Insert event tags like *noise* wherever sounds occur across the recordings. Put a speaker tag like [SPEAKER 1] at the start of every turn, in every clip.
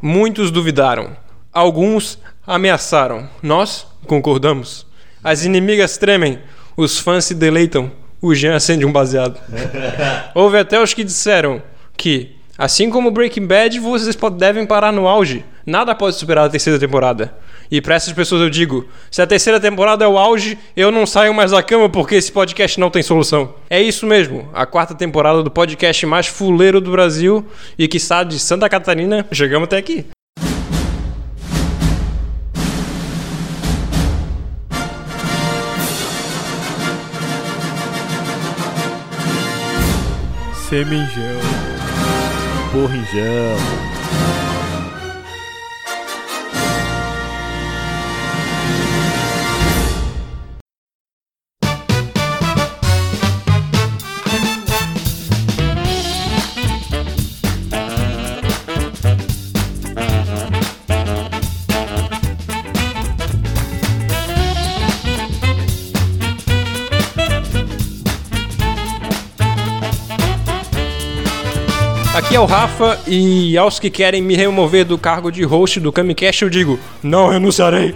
[SPEAKER 1] Muitos duvidaram. Alguns ameaçaram. Nós concordamos. As inimigas tremem. Os fãs se deleitam. O Jean acende um baseado. Houve até os que disseram que, assim como Breaking Bad, vocês po- devem parar no auge. Nada pode superar a terceira temporada. E pra essas pessoas eu digo: se a terceira temporada é o auge, eu não saio mais da cama porque esse podcast não tem solução. É isso mesmo, a quarta temporada do podcast mais fuleiro do Brasil e que está de Santa Catarina. Chegamos até aqui.
[SPEAKER 2] Seminjão. Porrinjão.
[SPEAKER 1] Aqui é o Rafa e aos que querem me remover do cargo de host do Camicast eu digo: não renunciarei.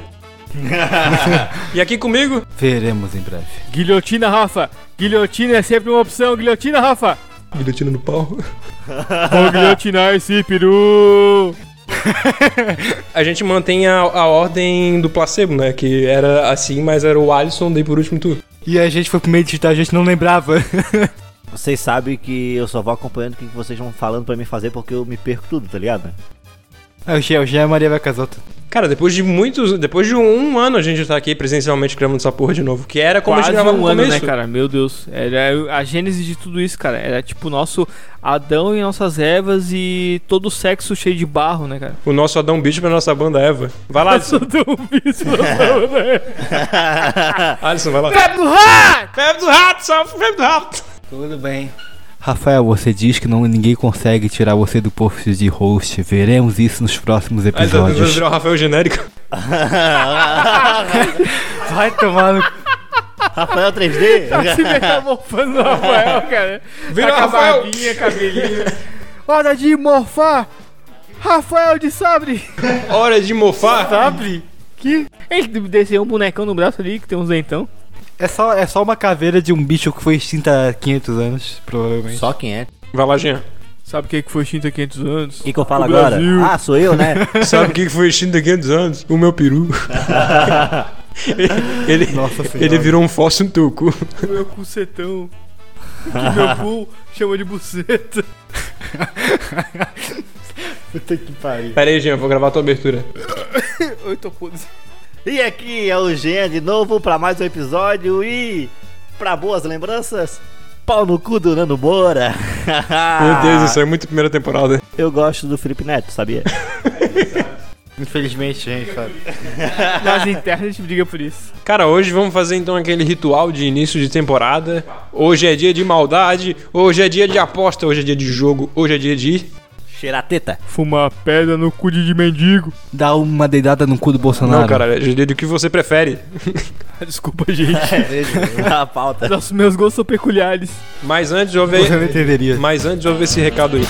[SPEAKER 1] e aqui comigo,
[SPEAKER 3] Veremos em breve.
[SPEAKER 2] Guilhotina, Rafa. Guilhotina é sempre uma opção. Guilhotina, Rafa.
[SPEAKER 1] guilhotina no pau.
[SPEAKER 2] Vou *laughs* guilhotinar esse peru.
[SPEAKER 1] A gente mantém a, a ordem do placebo, né? Que era assim, mas era o Alisson, daí por último tu.
[SPEAKER 3] E a gente foi pro meio digital, a gente não lembrava. *laughs*
[SPEAKER 4] Vocês sabem que eu só vou acompanhando o que vocês vão falando pra mim fazer porque eu me perco tudo, tá *laughs* ligado?
[SPEAKER 3] É o Jean, o Jean é Maria vai casota.
[SPEAKER 1] Cara, depois de muitos. Depois de um ano a gente tá aqui presencialmente gravando essa porra de novo. Que era como a
[SPEAKER 2] Quase
[SPEAKER 1] gente gravava
[SPEAKER 2] um
[SPEAKER 1] no
[SPEAKER 2] ano, né,
[SPEAKER 1] começo.
[SPEAKER 2] cara? Meu Deus. Era a gênese de tudo isso, cara. Era tipo nosso Adão e nossas ervas e todo o sexo cheio de barro, né, cara?
[SPEAKER 1] O nosso Adão Bispo é a nossa banda Eva. Vai *laughs* lá, Alisson.
[SPEAKER 2] *laughs*
[SPEAKER 1] Alisson, vai lá. Bebe do rato! Bebe do rato, salve, bebe do rato!
[SPEAKER 3] Tudo bem. Rafael, você diz que não, ninguém consegue tirar você do posto de host. Veremos isso nos próximos
[SPEAKER 1] Aí tá
[SPEAKER 3] *laughs*
[SPEAKER 1] tentando
[SPEAKER 3] episódios.
[SPEAKER 1] virar o Rafael genérico.
[SPEAKER 3] Vai tomar no...
[SPEAKER 4] Rafael 3D?
[SPEAKER 2] Tá Se metamorfando no Rafael, cara.
[SPEAKER 1] Virou
[SPEAKER 2] Tá com a
[SPEAKER 1] Rafael.
[SPEAKER 2] barbinha, cabelinho. Hora de morfar. Rafael de Sabre.
[SPEAKER 1] Hora de mofar.
[SPEAKER 3] Tá.
[SPEAKER 2] Sabre? Que? Ele desenhou um bonecão no braço ali que tem uns dentão.
[SPEAKER 3] É só, é só uma caveira de um bicho que foi extinta há 500 anos, provavelmente.
[SPEAKER 4] Só quem é?
[SPEAKER 1] Vai lá, Jean.
[SPEAKER 2] Sabe o que que foi extinto há 500 anos?
[SPEAKER 4] O que, que eu falo
[SPEAKER 2] O
[SPEAKER 4] agora?
[SPEAKER 2] Brasil.
[SPEAKER 4] Ah, sou eu, né?
[SPEAKER 1] Sabe o que que foi extinto há 500 anos? O
[SPEAKER 3] *laughs*
[SPEAKER 1] meu peru. ele,
[SPEAKER 3] Nossa senhora.
[SPEAKER 1] ele virou um fóssil no teu cu.
[SPEAKER 2] O meu cucetão. Que meu cu chama de buceta.
[SPEAKER 3] *laughs* Puta que pariu.
[SPEAKER 1] Pera aí, Jean, vou gravar a tua abertura.
[SPEAKER 2] Eu tô podre.
[SPEAKER 4] e aqui é o Gê de novo pra mais um episódio e. pra boas lembranças, pau no cu do Nando *laughs* Moura.
[SPEAKER 3] Ah.
[SPEAKER 1] Meu Deus, isso é muito primeira temporada.
[SPEAKER 4] Eu gosto do Felipe Neto, sabia?
[SPEAKER 3] Infelizmente, gente, sabe.
[SPEAKER 2] Nas internas a gente briga por isso.
[SPEAKER 1] Cara, hoje vamos fazer então aquele ritual de início de temporada. Hoje é dia de maldade, hoje é dia de aposta, hoje é dia de jogo, hoje é dia de.
[SPEAKER 4] Cheirar teta.
[SPEAKER 2] Fumar pedra no cu de mendigo.
[SPEAKER 3] Dá uma deidada no cu do Bolsonaro.
[SPEAKER 1] Não, cara, é dia do que você prefere.
[SPEAKER 2] Desculpa, gente.
[SPEAKER 4] É *laughs* A pauta.
[SPEAKER 2] Nossos meus gostos são peculiares.
[SPEAKER 1] Mas antes, eu ver.
[SPEAKER 3] Você não entenderia.
[SPEAKER 1] Mas antes, eu ver esse recado aí.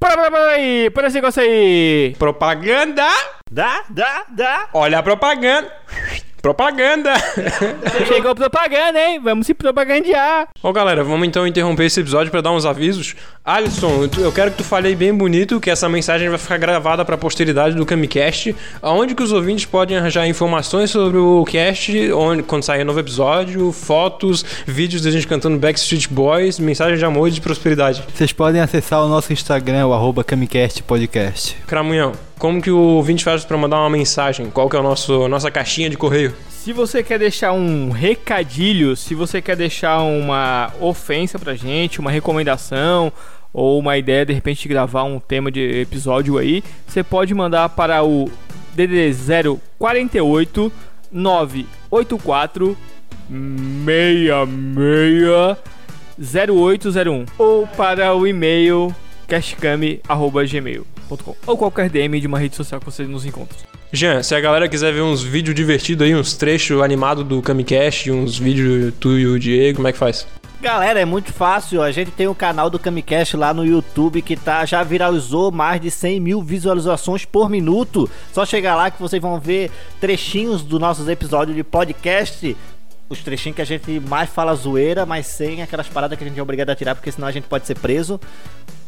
[SPEAKER 2] Para, para, para aí. Para esse negócio aí.
[SPEAKER 1] Propaganda!
[SPEAKER 4] Dá, dá, dá.
[SPEAKER 1] Olha a propaganda! Propaganda!
[SPEAKER 2] Chegou propaganda, hein? Vamos se propagandear.
[SPEAKER 1] Ó galera, vamos então interromper esse episódio pra dar uns avisos. Alisson, tu- eu quero que tu fale aí bem bonito que essa mensagem vai ficar gravada pra posteridade do Camicast, aonde que os ouvintes podem arranjar informações sobre o cast, onde quando sair novo episódio, fotos, vídeos da gente cantando Backstreet Boys, mensagem de amor e de prosperidade.
[SPEAKER 3] Vocês podem acessar o nosso Instagram, o arroba Camicast Podcast.
[SPEAKER 1] Cramunhão, como que o ouvinte faz pra mandar uma mensagem? Qual que é a nosso, nossa caixinha de correio?
[SPEAKER 2] Se você quer deixar um recadilho, se você quer deixar uma ofensa pra gente, uma recomendação ou uma ideia de repente de gravar um tema de episódio aí, você pode mandar para o DDD 048 984 66 0801 ou para o e-mail cashcam@gmail.com ou qualquer DM de uma rede social que você nos encontra.
[SPEAKER 1] Jean, se a galera quiser ver uns vídeos divertidos aí, uns trechos animados do Camicast, uns vídeos tu e o Diego, como é que faz?
[SPEAKER 4] Galera, é muito fácil. A gente tem o canal do Camicast lá no YouTube que tá, já viralizou mais de 100 mil visualizações por minuto. Só chegar lá que vocês vão ver trechinhos dos nossos episódios de podcast. Os trechinhos que a gente mais fala zoeira, mas sem aquelas paradas que a gente é obrigado a tirar, porque senão a gente pode ser preso.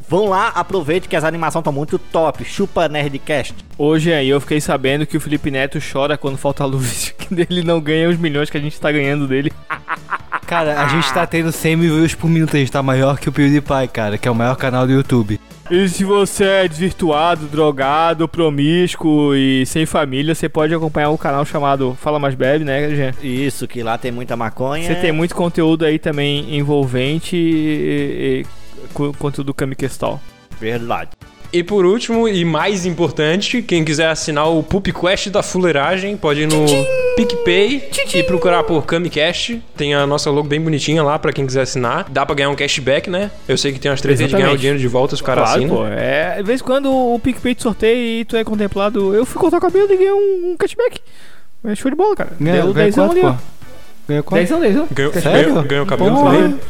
[SPEAKER 4] Vão lá, aproveite que as animações estão muito top. Chupa Nerdcast.
[SPEAKER 2] Hoje aí eu fiquei sabendo que o Felipe Neto chora quando falta luz, *laughs* que ele não ganha os milhões que a gente tá ganhando dele.
[SPEAKER 3] Cara, a gente tá tendo 100 mil views por minuto, a gente tá maior que o PewDiePie, cara, que é o maior canal do YouTube.
[SPEAKER 2] E se você é desvirtuado, drogado, promíscuo e sem família, você pode acompanhar um canal chamado Fala Mais Bebe, né, Jean?
[SPEAKER 4] Isso, que lá tem muita
[SPEAKER 1] É.
[SPEAKER 4] maconha.
[SPEAKER 2] Você tem muito conteúdo aí também envolvente e, e, e co- conteúdo Kamikestal.
[SPEAKER 4] Verdade.
[SPEAKER 1] E por último, e mais importante, quem quiser assinar o PupQuest da Fuleiragem, pode ir no PicPay e procurar por Camicast. Tem a nossa logo bem bonitinha lá pra quem quiser assinar. Dá pra ganhar um cashback, né? Eu sei que tem umas três de ganhar o
[SPEAKER 2] Exatamente.
[SPEAKER 1] dinheiro de volta, os caras
[SPEAKER 2] Claro,
[SPEAKER 1] assinam.
[SPEAKER 2] pô. É, de vez em quando o PicPay te sorteia e tu é contemplado. Eu fui cortar o cabelo e ganhei um, um cashback. É show de bola, cara. Deu
[SPEAKER 3] ganha
[SPEAKER 2] 10 anos ali, ó.
[SPEAKER 3] Ganha quanto?
[SPEAKER 2] 10 anos, 10 anos.
[SPEAKER 1] Ganhou,
[SPEAKER 3] Sério?
[SPEAKER 1] ganhou, ganhou o cabelo
[SPEAKER 3] Porra.
[SPEAKER 1] também.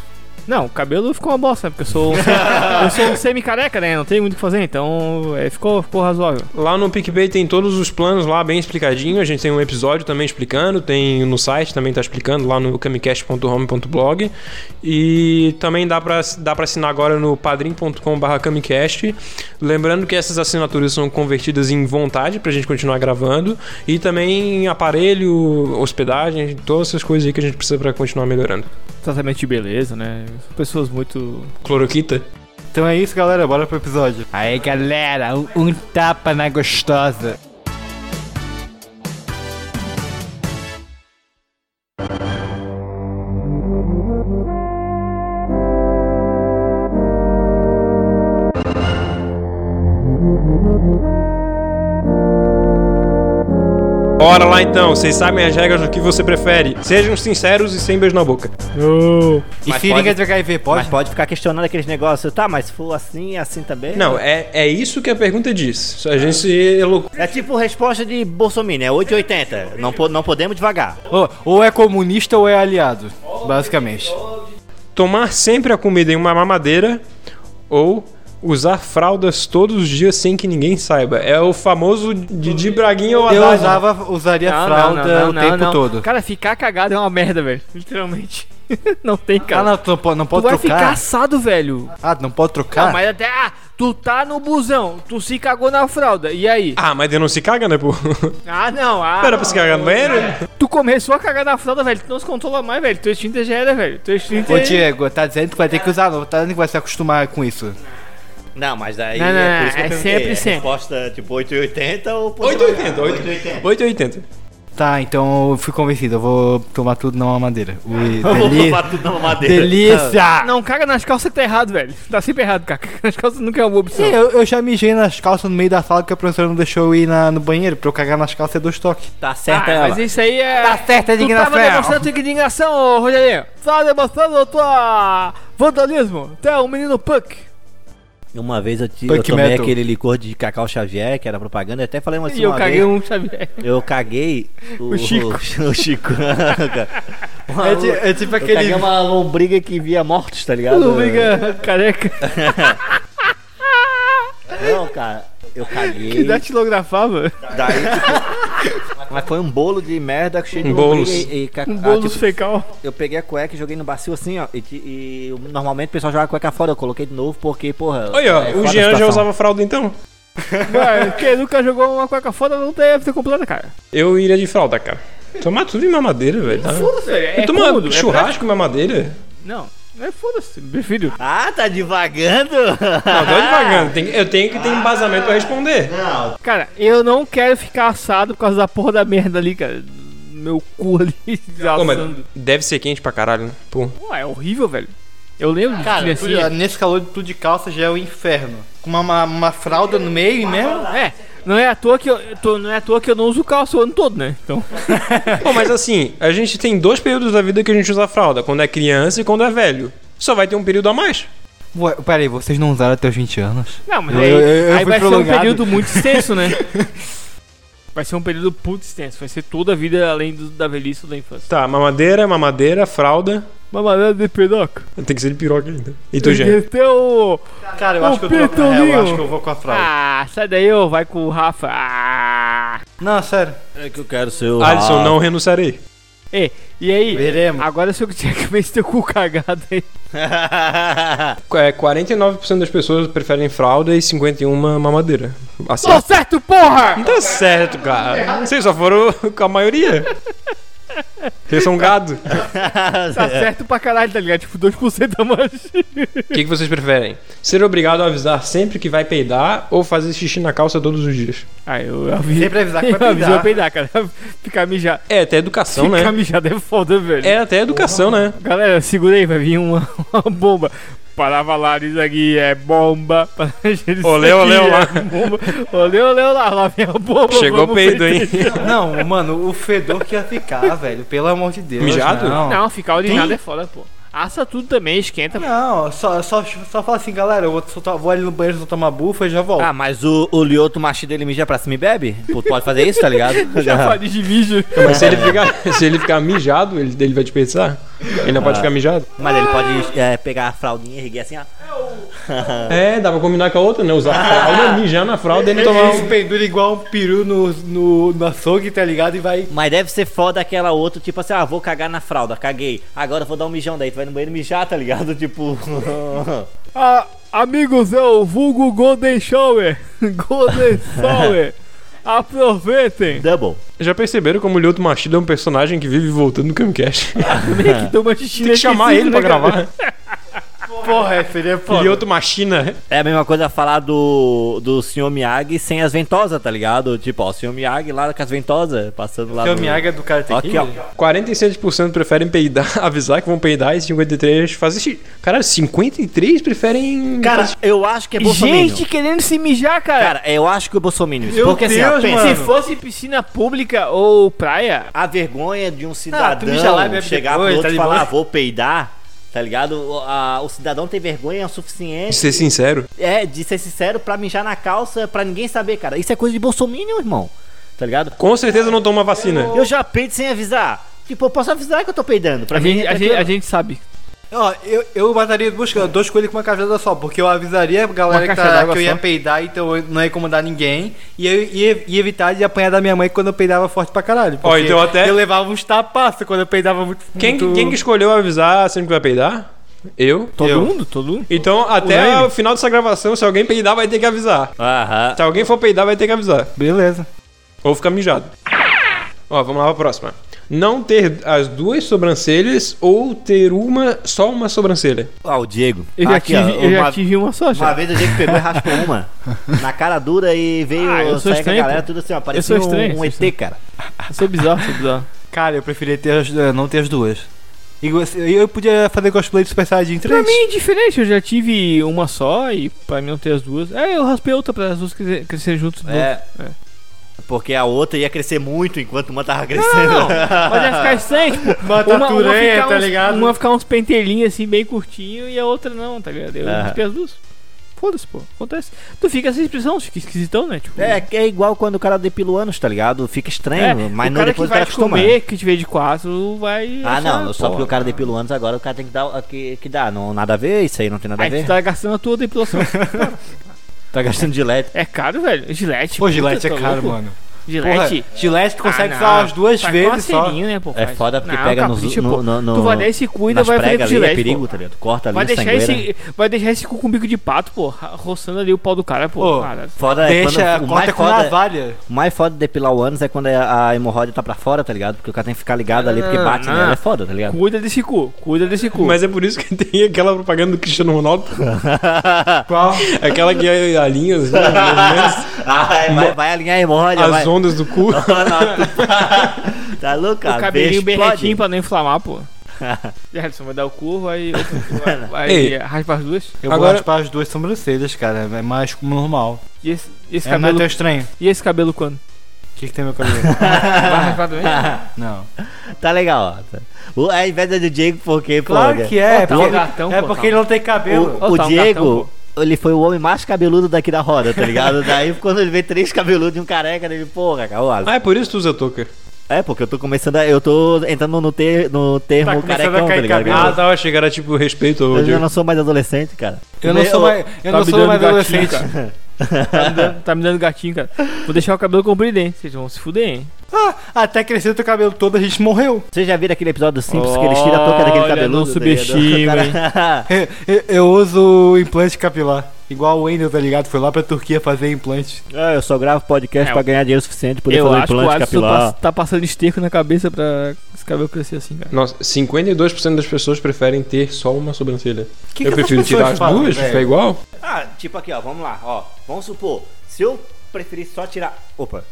[SPEAKER 2] Não, o cabelo ficou uma bosta, né? Porque eu sou um, eu sou um semi-careca, né? Não tem muito o que fazer, então é, ficou, ficou razoável.
[SPEAKER 1] Lá no PicPay tem todos os planos lá bem explicadinho. A gente tem um episódio também explicando, tem no site também tá explicando lá no camicast.home.blog. E também dá pra dá para assinar agora no padrim.com/camicast. Lembrando que essas assinaturas são convertidas em vontade pra gente continuar gravando e também em aparelho, hospedagem, todas essas coisas aí que a gente precisa pra continuar melhorando.
[SPEAKER 2] Tratamento de beleza, né? São pessoas muito.
[SPEAKER 1] Cloroquita?
[SPEAKER 3] Então é isso, galera, bora pro episódio. Aí, galera, um, um tapa na gostosa.
[SPEAKER 1] Bora lá então, vocês sabem as regras do que você prefere. Sejam sinceros e sem beijo na boca.
[SPEAKER 3] E
[SPEAKER 4] Mas
[SPEAKER 3] seringa
[SPEAKER 4] pode-
[SPEAKER 3] de HIV,
[SPEAKER 4] Mas
[SPEAKER 3] pode?
[SPEAKER 4] pode ficar questionando aqueles negócios, tá? Mas se for assim, assim também.
[SPEAKER 1] Não, é, é isso que a pergunta diz. A gente se elocu...
[SPEAKER 4] É tipo resposta de Bolsonaro, é 880. Não, po- não podemos devagar.
[SPEAKER 3] Ou, ou é comunista ou é aliado, basicamente.
[SPEAKER 1] Tomar sempre a comida em uma mamadeira ou usar fraldas todos os dias sem que ninguém saiba. É o famoso Didi Braguinha ou
[SPEAKER 3] Eu
[SPEAKER 1] Haddad.
[SPEAKER 3] usava, usaria fralda o tempo todo.
[SPEAKER 2] Cara, ficar cagado é uma merda, velho. Literalmente. *laughs* não tem,
[SPEAKER 3] Ah,
[SPEAKER 2] cara.
[SPEAKER 3] não, tu não pode, não
[SPEAKER 2] tu
[SPEAKER 3] pode
[SPEAKER 2] vai ficar
[SPEAKER 3] trocar?
[SPEAKER 2] assado, velho.
[SPEAKER 3] Ah, não pode trocar?
[SPEAKER 2] Não, mas até. Ah, tu tá no busão, tu se cagou na fralda. E aí?
[SPEAKER 1] Ah, mas Deus não se caga, né, pô?
[SPEAKER 2] Ah, não. Ah,
[SPEAKER 1] Era pra se cagar no banheiro?
[SPEAKER 2] Tu começou a cagar na fralda, velho. Tu não se controla mais, velho. Tu extinta já era, velho. Tu extinta.
[SPEAKER 3] Ô Diego, tá dizendo que vai ter que usar, não tá dizendo que vai se acostumar com isso.
[SPEAKER 4] Não, mas daí
[SPEAKER 2] Não, não,
[SPEAKER 4] é por
[SPEAKER 2] não,
[SPEAKER 4] isso que eu
[SPEAKER 2] é
[SPEAKER 4] perguntei,
[SPEAKER 2] sempre,
[SPEAKER 4] é
[SPEAKER 2] sempre.
[SPEAKER 4] Resposta tipo 880 ou
[SPEAKER 1] 880,
[SPEAKER 4] 880.
[SPEAKER 1] 880.
[SPEAKER 3] Tá, então eu fui convencido, eu vou tomar tudo na mamadeira.
[SPEAKER 4] *laughs*
[SPEAKER 3] Ui,
[SPEAKER 4] Eu vou
[SPEAKER 3] deli-
[SPEAKER 4] tomar tudo na mamadeira.
[SPEAKER 3] delícia!
[SPEAKER 2] Não, caga nas calças que tá errado, velho. Tá sempre errado, cara. Cagar *laughs* nas calças nunca é uma boa opção.
[SPEAKER 3] Sim, eu, eu já mijei nas calças no meio da sala que a professora não deixou eu ir na- no banheiro pra eu cagar nas calças é dois toques.
[SPEAKER 4] Tá
[SPEAKER 2] Ah,
[SPEAKER 4] certa ela.
[SPEAKER 2] mas isso aí é.
[SPEAKER 3] Tá certa a indignação.
[SPEAKER 2] Tu tava demonstrando tua indignação, ô Rogerinho. Tava demonstrando tua. vandalismo. Tu é um menino punk.
[SPEAKER 4] Uma vez eu, te,
[SPEAKER 3] Punk
[SPEAKER 4] eu tomei
[SPEAKER 3] metal.
[SPEAKER 4] aquele licor de Cacau Xavier, que era propaganda, eu até falei assim
[SPEAKER 2] e eu
[SPEAKER 4] uma
[SPEAKER 2] caguei
[SPEAKER 4] vez.
[SPEAKER 2] um Xavier. *laughs*
[SPEAKER 4] Eu caguei o,
[SPEAKER 2] O Chico.
[SPEAKER 4] *laughs* O
[SPEAKER 2] *laughs*
[SPEAKER 4] Chico. Uma
[SPEAKER 3] É, ti- é tipo
[SPEAKER 4] Eu caguei
[SPEAKER 3] aquele.
[SPEAKER 4] uma lombriga que via mortos, tá ligado?
[SPEAKER 2] Lombriga careca
[SPEAKER 4] Não, cara, eu caguei.
[SPEAKER 2] que Ah, datilografava.
[SPEAKER 4] Daí, tipo, mas foi um bolo de merda cheio de
[SPEAKER 1] Um bolos.
[SPEAKER 4] lombriga e, e caca-
[SPEAKER 2] Um bolo
[SPEAKER 4] tipo,
[SPEAKER 2] fecal.
[SPEAKER 4] Eu peguei a cueca e joguei no bacio assim, ó. E, ti- e eu- normalmente o pessoal joga a cueca fora, eu coloquei de novo porque, porra.
[SPEAKER 1] Olha, ó,
[SPEAKER 4] é
[SPEAKER 1] o
[SPEAKER 4] foda a
[SPEAKER 1] Jean já
[SPEAKER 4] situação.
[SPEAKER 1] usava fralda então.
[SPEAKER 2] Mano, quem nunca jogou uma cueca foda não tem a vida completa, cara.
[SPEAKER 1] Eu iria de fralda, cara. Tomar tudo em mamadeira, velho. Tá?
[SPEAKER 2] Foda-se, é,
[SPEAKER 1] Eu tomo churrasco em mamadeira?
[SPEAKER 2] Não, é foda-se, prefiro.
[SPEAKER 4] Ah, tá devagando?
[SPEAKER 1] Não, tô devagando. Tem- eu tenho que ter embasamento pra responder.
[SPEAKER 4] Não,
[SPEAKER 2] Cara, eu não quero ficar assado por causa da porra da merda ali, cara. Meu cu ali *laughs*
[SPEAKER 1] Pô, mas
[SPEAKER 2] assando.
[SPEAKER 1] deve ser quente pra caralho, né? Pô.
[SPEAKER 2] Pô, é horrível, velho. Eu lembro
[SPEAKER 3] Cara,
[SPEAKER 2] de assim,
[SPEAKER 3] tu- nesse calor tudo de calça já é o inferno. Com uma, uma, uma fralda no meio mesmo?
[SPEAKER 2] É, não é à toa que eu, eu tô- não é à toa que eu não uso calça o ano todo, né? Então,
[SPEAKER 1] Pô, mas assim, a gente tem dois períodos da vida que a gente usa fralda, quando é criança e quando é velho. Só vai ter um período a mais.
[SPEAKER 3] Ué, peraí, vocês não
[SPEAKER 4] *laughs*
[SPEAKER 3] usaram até os 20 anos?
[SPEAKER 2] não, mas
[SPEAKER 3] Eu-
[SPEAKER 2] aí,
[SPEAKER 3] eu- eu
[SPEAKER 2] aí
[SPEAKER 3] fui
[SPEAKER 2] vai ser um
[SPEAKER 3] prolongado.
[SPEAKER 2] período muito extenso, né? Vai ser um período puto extenso. Vai ser toda a vida além do- da velhice ou da infância.
[SPEAKER 1] Tá, mamadeira, mamadeira, fralda.
[SPEAKER 2] Mamadeira de pedoca.
[SPEAKER 1] Tem que ser de piroca ainda. E tu, Jean?
[SPEAKER 2] Esse é o...
[SPEAKER 4] Cara, eu
[SPEAKER 2] O
[SPEAKER 4] acho que eu troco na real, eu
[SPEAKER 2] Pitolinho.
[SPEAKER 4] acho que eu vou com a fralda.
[SPEAKER 2] Ah, sai daí, ô. Vai com o Rafa. Ah.
[SPEAKER 3] Não, sério.
[SPEAKER 4] É que eu quero ser o.
[SPEAKER 1] Ah, *laughs* Alisson, não renunciarei.
[SPEAKER 2] Ei, e aí?
[SPEAKER 4] Veremos.
[SPEAKER 2] Agora se eu tinha que ver se teu cu cagado aí.
[SPEAKER 1] É, 49% das pessoas preferem fralda e 51 mamadeira. Assim.
[SPEAKER 2] Tô certo, porra!
[SPEAKER 1] Não tá certo, cara. Vocês só foram com a maioria. Vocês são um gado.
[SPEAKER 2] Tá certo pra caralho, tá ligado? Tipo, 2% da mancha.
[SPEAKER 1] O que, que vocês preferem? Ser obrigado a avisar sempre que vai peidar ou fazer xixi na calça todos os dias?
[SPEAKER 2] Ah, eu avisei.
[SPEAKER 4] Sempre avisar que vai
[SPEAKER 2] Eu avisei eu
[SPEAKER 4] peidar.
[SPEAKER 2] peidar, cara. Ficar mijado.
[SPEAKER 1] É até educação,
[SPEAKER 2] Ficar
[SPEAKER 1] né?
[SPEAKER 2] mijado é foda, velho.
[SPEAKER 1] É até educação, né?
[SPEAKER 2] Galera, segura aí, vai vir uma, uma bomba. Para falar isso aqui é bomba. Para isso
[SPEAKER 1] *laughs* Olê,
[SPEAKER 2] aqui
[SPEAKER 1] olê,
[SPEAKER 2] é
[SPEAKER 1] olá.
[SPEAKER 2] bomba. Olê, olê, olá. Lá vem a bomba.
[SPEAKER 1] Chegou
[SPEAKER 2] vamos
[SPEAKER 1] peido, hein?
[SPEAKER 3] Não, mano, o fedor que ia ficar, velho. Pelo amor de Deus.
[SPEAKER 1] Mijado?
[SPEAKER 3] Não,
[SPEAKER 2] Não, ficar urinado é foda, pô. Assa tudo também, esquenta.
[SPEAKER 3] Não, só, só, só fala assim, galera, eu vou, soltar- vou ali no banheiro só tomar bufa e já volto.
[SPEAKER 4] Ah, mas o, o Lioto Machida ele mija pra cima e bebe? Pô, Pode fazer isso, tá ligado? *laughs*
[SPEAKER 2] Já falei de mijo.
[SPEAKER 1] Mas se ele ficar, *laughs* se ele ficar mijado, ele, ele vai desperdiçar? Ele não pode ficar mijado?
[SPEAKER 4] Mas ele pode é, pegar a fraldinha e erguer assim, ó.
[SPEAKER 1] É, dá pra combinar com a outra, né? Usar a fralda, mijar na fralda e ele
[SPEAKER 4] é
[SPEAKER 1] tomar
[SPEAKER 3] Ele
[SPEAKER 1] um...
[SPEAKER 3] pendura igual um peru no, no, no açougue, tá ligado? E vai.
[SPEAKER 4] Mas deve ser foda aquela outra, tipo assim, ah, vou cagar na fralda, caguei. Agora eu vou dar um mijão daí, tu vai no banheiro mijar, tá ligado? *laughs* Tipo.
[SPEAKER 2] Ah, amigos, eu vulgo Golden Shower. *laughs* Golden Shower. Aproveitem.
[SPEAKER 4] Double.
[SPEAKER 1] *laughs* Já perceberam como o Lyoto Machida é um personagem que vive voltando no *laughs* Camcast?
[SPEAKER 2] Tem né, que tomar xixi
[SPEAKER 1] Tem né, que chamar ele pra gravar.
[SPEAKER 2] é
[SPEAKER 3] Porra, seria foda.
[SPEAKER 1] Lyoto Machina.
[SPEAKER 4] É a mesma coisa falar do, do Sr. Miyagi sem as ventosas, tá ligado? Tipo, ó, o Sr. Miyagi lá com as ventosas, passando lá.
[SPEAKER 3] Seu
[SPEAKER 4] no-
[SPEAKER 3] Miyagi é do cara
[SPEAKER 4] Aqui, ó.
[SPEAKER 1] 47% preferem peidar, *laughs* avisar que vão peidar e 53 fazer xixi. Cara, 53 preferem
[SPEAKER 4] Cara, eu acho que é Bolsonaro.
[SPEAKER 2] Gente querendo se mijar, cara.
[SPEAKER 4] Cara, eu acho que é Bolsonaro.
[SPEAKER 3] Meu
[SPEAKER 4] Porque assim, ó,
[SPEAKER 3] Deus,
[SPEAKER 4] pensa,
[SPEAKER 2] Se
[SPEAKER 3] mano.
[SPEAKER 2] fosse piscina pública ou praia,
[SPEAKER 4] a vergonha
[SPEAKER 2] Ah,
[SPEAKER 4] de um
[SPEAKER 3] tu mija
[SPEAKER 4] cidadão
[SPEAKER 3] lá e
[SPEAKER 2] né,
[SPEAKER 3] bebe
[SPEAKER 4] chegar
[SPEAKER 3] depois,
[SPEAKER 4] pro outro
[SPEAKER 3] tá
[SPEAKER 4] e
[SPEAKER 3] de
[SPEAKER 4] falar,
[SPEAKER 3] boa.
[SPEAKER 4] ah, vou peidar, tá ligado? O, a- o cidadão tem vergonha o suficiente.
[SPEAKER 1] ser sincero.
[SPEAKER 4] É, de ser sincero, pra mijar na calça, pra ninguém saber, cara. Isso é coisa de Bolsonaro, irmão. Tá ligado?
[SPEAKER 1] Com certeza não toma vacina.
[SPEAKER 4] Eu já peido sem avisar. Tipo, eu posso avisar que eu tô peidando. Pra
[SPEAKER 2] a
[SPEAKER 4] mim,
[SPEAKER 2] gente,
[SPEAKER 4] é
[SPEAKER 2] a, gente,
[SPEAKER 4] tranquilo.
[SPEAKER 2] a gente sabe.
[SPEAKER 3] Ó, eu, eu mataria duas, dois coelhos com uma cajada só, porque eu avisaria a galera
[SPEAKER 2] Uma
[SPEAKER 3] que,
[SPEAKER 2] caixa
[SPEAKER 3] tá-
[SPEAKER 2] d'água
[SPEAKER 3] que eu ia
[SPEAKER 2] só.
[SPEAKER 3] peidar, então eu não ia incomodar ninguém. E eu ia, ia evitar de apanhar da minha mãe quando eu peidava forte pra caralho.
[SPEAKER 1] Ó,
[SPEAKER 3] porque
[SPEAKER 1] então até-
[SPEAKER 3] Eu levava uns tapaços quando eu peidava muito.
[SPEAKER 1] Quem,
[SPEAKER 3] muito...
[SPEAKER 1] quem que escolheu avisar sempre que vai peidar? Eu.
[SPEAKER 2] Todo
[SPEAKER 3] Eu.
[SPEAKER 2] mundo? Todo mundo?
[SPEAKER 1] Então, até
[SPEAKER 2] Leme.
[SPEAKER 1] o final dessa gravação, se alguém peidar, vai ter que avisar.
[SPEAKER 4] Aham.
[SPEAKER 1] Se alguém for peidar, vai ter que avisar.
[SPEAKER 3] Beleza.
[SPEAKER 1] Ou ficar mijado. Ó, vamos lá pra próxima. Não ter as duas sobrancelhas ou ter uma, só uma sobrancelha.
[SPEAKER 4] Ó, o Diego.
[SPEAKER 2] Eu já,
[SPEAKER 4] Aqui, ó,
[SPEAKER 2] tive, eu já
[SPEAKER 4] uma,
[SPEAKER 2] tive uma só,
[SPEAKER 4] uma
[SPEAKER 2] já.
[SPEAKER 4] vez o Diego pegou e raspou uma.
[SPEAKER 2] *laughs*
[SPEAKER 4] Na cara dura e veio
[SPEAKER 2] Ah, eu
[SPEAKER 4] sair
[SPEAKER 2] sou
[SPEAKER 4] com a
[SPEAKER 2] estranho,
[SPEAKER 4] galera,
[SPEAKER 2] pô.
[SPEAKER 4] tudo assim, ó. Parecia
[SPEAKER 2] sou estranho,
[SPEAKER 4] um, um
[SPEAKER 2] sou
[SPEAKER 4] ET,
[SPEAKER 2] estranho.
[SPEAKER 4] cara.
[SPEAKER 2] Eu sou bizarro, sou bizarro.
[SPEAKER 3] Cara, eu preferia ter as, eh, não ter as duas. E você- eu podia fazer cosplay de Super Saiyajin 3.
[SPEAKER 2] Pra mim é diferente, eu já tive uma só e pra mim não ter as duas. É, eu raspei outra pra as duas crescer- crescerem juntos.
[SPEAKER 4] *laughs*
[SPEAKER 2] de novo.
[SPEAKER 4] É. Porque a outra ia crescer muito enquanto uma tava crescendo.
[SPEAKER 2] Não, *laughs* mas ia ficar estranho,
[SPEAKER 4] *laughs*
[SPEAKER 2] tipo,
[SPEAKER 3] Uma taturanha, tá
[SPEAKER 2] uns,
[SPEAKER 3] ligado?
[SPEAKER 2] Uma ficar uns pentelinhos assim, bem curtinho, e a outra não, tá ligado? Eu
[SPEAKER 4] Aham.
[SPEAKER 2] raspei as duas. Foda-se, pô. Acontece. Tu fica sem expressão, fica esquisitão, né? Tipo, é,
[SPEAKER 4] É, que é igual quando o cara depila o ânus, tá ligado? Fica estranho, mas
[SPEAKER 2] o
[SPEAKER 4] não
[SPEAKER 2] cara
[SPEAKER 4] depois o cara
[SPEAKER 2] que vai te
[SPEAKER 4] acostuma.
[SPEAKER 2] comer, que te vê de quatro, vai.
[SPEAKER 4] Ah,
[SPEAKER 2] achar,
[SPEAKER 4] não, só
[SPEAKER 2] pô. tá.
[SPEAKER 4] porque o cara depila o ânus agora, o cara tem que dar que, que dá. Não, nada a ver, isso aí não tem nada a
[SPEAKER 2] Aí
[SPEAKER 4] ver.
[SPEAKER 2] tu tá gastando a tua depilação.
[SPEAKER 4] Tá gastando dilete.
[SPEAKER 2] é caro, velho. Gillette.
[SPEAKER 3] Pô,
[SPEAKER 2] puta,
[SPEAKER 3] Gillette é
[SPEAKER 2] tá
[SPEAKER 3] caro,
[SPEAKER 2] louco?
[SPEAKER 3] mano. Porra,
[SPEAKER 2] Gillette.
[SPEAKER 3] Gillette tu consegue
[SPEAKER 2] Ah,
[SPEAKER 3] usar
[SPEAKER 2] não.
[SPEAKER 3] as duas
[SPEAKER 2] Faz
[SPEAKER 3] vezes
[SPEAKER 2] com
[SPEAKER 3] só.
[SPEAKER 2] acerinho, né, pô,
[SPEAKER 4] É
[SPEAKER 2] faz.
[SPEAKER 4] foda porque
[SPEAKER 2] Não,
[SPEAKER 4] pega nos-
[SPEAKER 2] capricha,
[SPEAKER 4] no,
[SPEAKER 2] pô.
[SPEAKER 4] no, no,
[SPEAKER 2] Tu vai dar esse cuida,
[SPEAKER 4] nas
[SPEAKER 2] vai fazer
[SPEAKER 4] pregas ali,
[SPEAKER 2] com
[SPEAKER 4] é
[SPEAKER 2] Gillette.
[SPEAKER 4] perigo,
[SPEAKER 2] pô.
[SPEAKER 4] tá ligado? Corta ali
[SPEAKER 2] Vai
[SPEAKER 4] na
[SPEAKER 2] deixar,
[SPEAKER 4] sangueira.
[SPEAKER 2] esse, vai deixar esse cu com bico de pato, pô, ra- roçando ali o pau do cara, pô.
[SPEAKER 3] Pô,
[SPEAKER 2] cara.
[SPEAKER 4] Foda é quando-
[SPEAKER 3] Deixa,
[SPEAKER 4] o
[SPEAKER 3] corta
[SPEAKER 4] mais
[SPEAKER 3] com
[SPEAKER 4] foda,
[SPEAKER 3] navalha.
[SPEAKER 4] o mais foda de depilar o ânus é quando a a hemorroida tá pra fora, tá ligado? Porque o cara tem que ficar ligado ali, porque
[SPEAKER 2] Ah,
[SPEAKER 4] bate
[SPEAKER 2] não.
[SPEAKER 4] nela, é foda, tá ligado?
[SPEAKER 2] Cuida desse cu, cuida desse cu.
[SPEAKER 1] Mas é por isso que *laughs* tem aquela propaganda do Cristiano *laughs* Ronaldo.
[SPEAKER 3] Qual?
[SPEAKER 1] Aquela que é a linha, os *laughs*
[SPEAKER 4] Ai, vai, vai alinhar a hemorroida, vai.
[SPEAKER 1] as ondas do cu.
[SPEAKER 4] *laughs* tá louco, cara?
[SPEAKER 2] o cabelinho
[SPEAKER 4] Beijo,
[SPEAKER 2] bem
[SPEAKER 4] explode.
[SPEAKER 2] retinho pra não
[SPEAKER 4] *laughs*
[SPEAKER 2] inflamar, pô. Gerson vai dar o cu, vai. vai- vai
[SPEAKER 1] Ei.
[SPEAKER 2] raspa as duas.
[SPEAKER 3] Eu
[SPEAKER 1] Agora-
[SPEAKER 3] vou raspar as duas sobrancelhas, cara. É mais como normal.
[SPEAKER 2] E esse, e esse
[SPEAKER 3] É, não é
[SPEAKER 2] cabelo.
[SPEAKER 3] tão estranho.
[SPEAKER 2] E esse cabelo quando?
[SPEAKER 4] *laughs*
[SPEAKER 3] O que, que tem meu cabelo?
[SPEAKER 2] *laughs* Vai raspar também?
[SPEAKER 3] não.
[SPEAKER 4] Tá legal, ó. O- A inveja do Diego, porque, pô,
[SPEAKER 3] Claro
[SPEAKER 4] cara,
[SPEAKER 3] que é.
[SPEAKER 2] Ó, tá
[SPEAKER 3] porque
[SPEAKER 2] um gatão,
[SPEAKER 3] é
[SPEAKER 2] pô,
[SPEAKER 3] porque
[SPEAKER 2] tá.
[SPEAKER 3] ele não tem cabelo.
[SPEAKER 4] O, o
[SPEAKER 2] Ó, tá um
[SPEAKER 4] Diego,
[SPEAKER 2] gatão, pô.
[SPEAKER 4] ele foi o homem mais cabeludo daqui da roda, tá ligado? Daí quando ele vê três cabeludos e um careca, ele, porra, Kawase.
[SPEAKER 1] Ah, é por isso que tu usa touca.
[SPEAKER 4] É, porque eu tô começando a, Eu tô entrando no, ter, no
[SPEAKER 2] Tá
[SPEAKER 4] termo
[SPEAKER 2] começando
[SPEAKER 4] carecão,
[SPEAKER 2] a
[SPEAKER 4] tá
[SPEAKER 2] cair
[SPEAKER 4] ligado?
[SPEAKER 2] cabelo.
[SPEAKER 1] Ah, tá, eu achei que era tipo respeito ao
[SPEAKER 4] Eu já
[SPEAKER 1] Diego.
[SPEAKER 4] não sou mais adolescente, cara.
[SPEAKER 3] Eu não
[SPEAKER 4] Me-
[SPEAKER 3] sou mais, eu
[SPEAKER 2] tá
[SPEAKER 3] não
[SPEAKER 2] me
[SPEAKER 3] sou
[SPEAKER 2] dando
[SPEAKER 3] mais
[SPEAKER 2] gatilho,
[SPEAKER 3] adolescente.
[SPEAKER 2] cara. Tá me, dando, tá me dando gatinho, cara. Vou deixar o cabelo comprido, hein? Vocês vão se fuder, hein?
[SPEAKER 5] Ah, Até crescer teu cabelo todo, a gente morreu.
[SPEAKER 4] Vocês já viram aquele episódio do Simpsons que eles tiram a touca daquele
[SPEAKER 2] Olha,
[SPEAKER 4] cabeludo?
[SPEAKER 2] não subestima,
[SPEAKER 4] tá ligado? *laughs* Cara,
[SPEAKER 5] Eu, eu uso implante capilar. Igual o Wendel, tá ligado? Foi lá pra Turquia fazer implante.
[SPEAKER 4] ah, eu só gravo podcast
[SPEAKER 2] É,
[SPEAKER 4] pra ganhar dinheiro suficiente pra poder
[SPEAKER 2] Eu
[SPEAKER 4] fazer
[SPEAKER 2] acho que o
[SPEAKER 4] implante
[SPEAKER 2] Adson tá,
[SPEAKER 4] capilar.
[SPEAKER 2] tá passando esterco na cabeça pra esse cabelo crescer assim, cara.
[SPEAKER 1] Nossa, 52% das pessoas preferem ter só uma sobrancelha.
[SPEAKER 5] Que
[SPEAKER 1] eu
[SPEAKER 5] que
[SPEAKER 1] prefiro
[SPEAKER 5] essas pessoas
[SPEAKER 1] tirar as
[SPEAKER 5] falam,
[SPEAKER 1] duas,
[SPEAKER 5] velho?
[SPEAKER 1] fica igual.
[SPEAKER 4] Ah, tipo aqui, ó, vamos lá, ó. Vamos supor, se eu preferisse só tirar. Opa.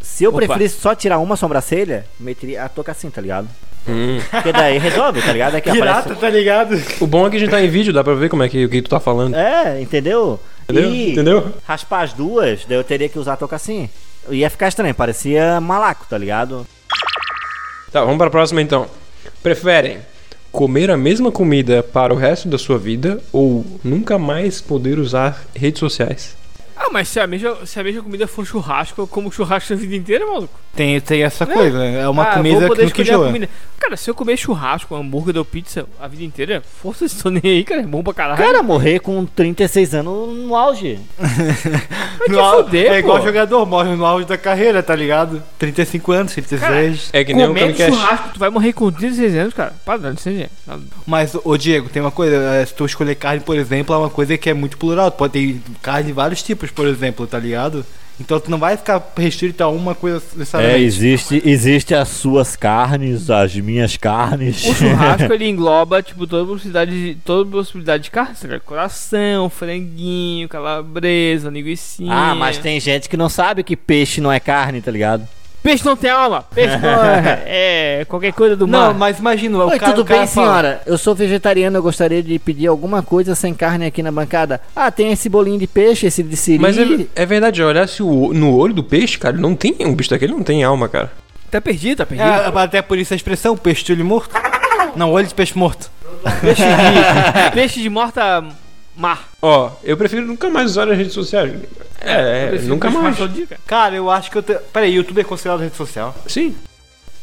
[SPEAKER 4] Se eu
[SPEAKER 2] Opa.
[SPEAKER 4] preferisse só tirar uma sobrancelha, meteria a touca assim, tá ligado?
[SPEAKER 1] Hum.
[SPEAKER 4] Porque daí resolve, tá ligado? É que
[SPEAKER 5] Pirata,
[SPEAKER 4] aparece...
[SPEAKER 5] tá ligado?
[SPEAKER 1] O bom é que a gente tá em vídeo, dá pra ver como é que o que tu tá falando.
[SPEAKER 4] É, entendeu?
[SPEAKER 1] Entendeu?
[SPEAKER 4] E
[SPEAKER 1] Entendeu?
[SPEAKER 4] raspar as duas, daí eu teria que usar a touca assim. Ia ficar estranho, parecia malaco, tá ligado?
[SPEAKER 1] Tá, vamos pra próxima então. Preferem comer a mesma comida para o resto da sua vida ou nunca mais poder usar redes sociais?
[SPEAKER 2] Ah, mas se a, mesma, se a mesma comida for churrasco, eu como churrasco a vida inteira, maluco.
[SPEAKER 3] Tem, tem essa coisa, né? é uma
[SPEAKER 2] Ah,
[SPEAKER 3] comida
[SPEAKER 2] vou
[SPEAKER 3] que
[SPEAKER 2] poder
[SPEAKER 3] nunca
[SPEAKER 2] escolher a
[SPEAKER 4] né?
[SPEAKER 3] enjoa.
[SPEAKER 5] né?
[SPEAKER 2] comida. Cara, se eu comer churrasco, hambúrguer ou pizza a vida inteira, força esse Tony aí, cara. É bom pra caralho.
[SPEAKER 4] Cara, morrer com 36 anos no auge.
[SPEAKER 2] vai te
[SPEAKER 5] No au-
[SPEAKER 2] fuder,
[SPEAKER 5] é igual
[SPEAKER 2] pô.
[SPEAKER 5] jogador, morre no auge da carreira, tá ligado? 35 anos, 36.
[SPEAKER 1] É que nem o
[SPEAKER 2] Comendo
[SPEAKER 1] Camicast.
[SPEAKER 2] churrasco, tu vai morrer com 16 anos, cara. Para, não sei, gente.
[SPEAKER 5] Mas, ô Diego, tem uma coisa, eh, se tu escolher carne, por exemplo, é uma coisa que é muito plural. Tu pode ter carne de vários tipos, por exemplo, tá ligado? Então tu não vai ficar restrito a uma coisa
[SPEAKER 4] É,
[SPEAKER 5] necessariamente.
[SPEAKER 4] existe, existe as suas carnes, as minhas carnes. *laughs*
[SPEAKER 2] O churrasco ele engloba, tipo, toda possibilidade de, toda possibilidade de carne, sabe? coração, franguinho, calabresa, linguiça.
[SPEAKER 4] Ah, mas tem gente que não sabe que peixe não é carne, tá ligado?
[SPEAKER 2] Peixe não tem alma, peixe não é, é qualquer coisa do
[SPEAKER 5] não,
[SPEAKER 2] mar.
[SPEAKER 5] mas imagina, o
[SPEAKER 4] Oi,
[SPEAKER 5] cara,
[SPEAKER 4] tudo
[SPEAKER 5] o cara
[SPEAKER 4] bem,
[SPEAKER 5] fala,
[SPEAKER 4] senhora? Eu sou vegetariano, eu gostaria de pedir alguma coisa sem carne aqui na bancada. Ah, tem esse bolinho de peixe, esse de siri.
[SPEAKER 1] Mas é, é verdade, olhar se o- no olho do peixe, cara, não tem. Um bicho daquele não tem alma, cara.
[SPEAKER 2] Tá perdido, tá perdido.
[SPEAKER 5] É, até por isso a expressão, peixe de olho *laughs* morto. Não, olho de peixe morto.
[SPEAKER 2] Peixe, de, peixe de morta mar.
[SPEAKER 1] Ó, eu prefiro nunca mais usar as redes sociais. É,
[SPEAKER 2] Prefiro
[SPEAKER 1] nunca
[SPEAKER 2] peixe
[SPEAKER 1] mais.
[SPEAKER 2] todo dia, cara.
[SPEAKER 5] Cara, eu acho que eu tenho... Peraí, YouTube é considerado rede social?
[SPEAKER 1] Sim.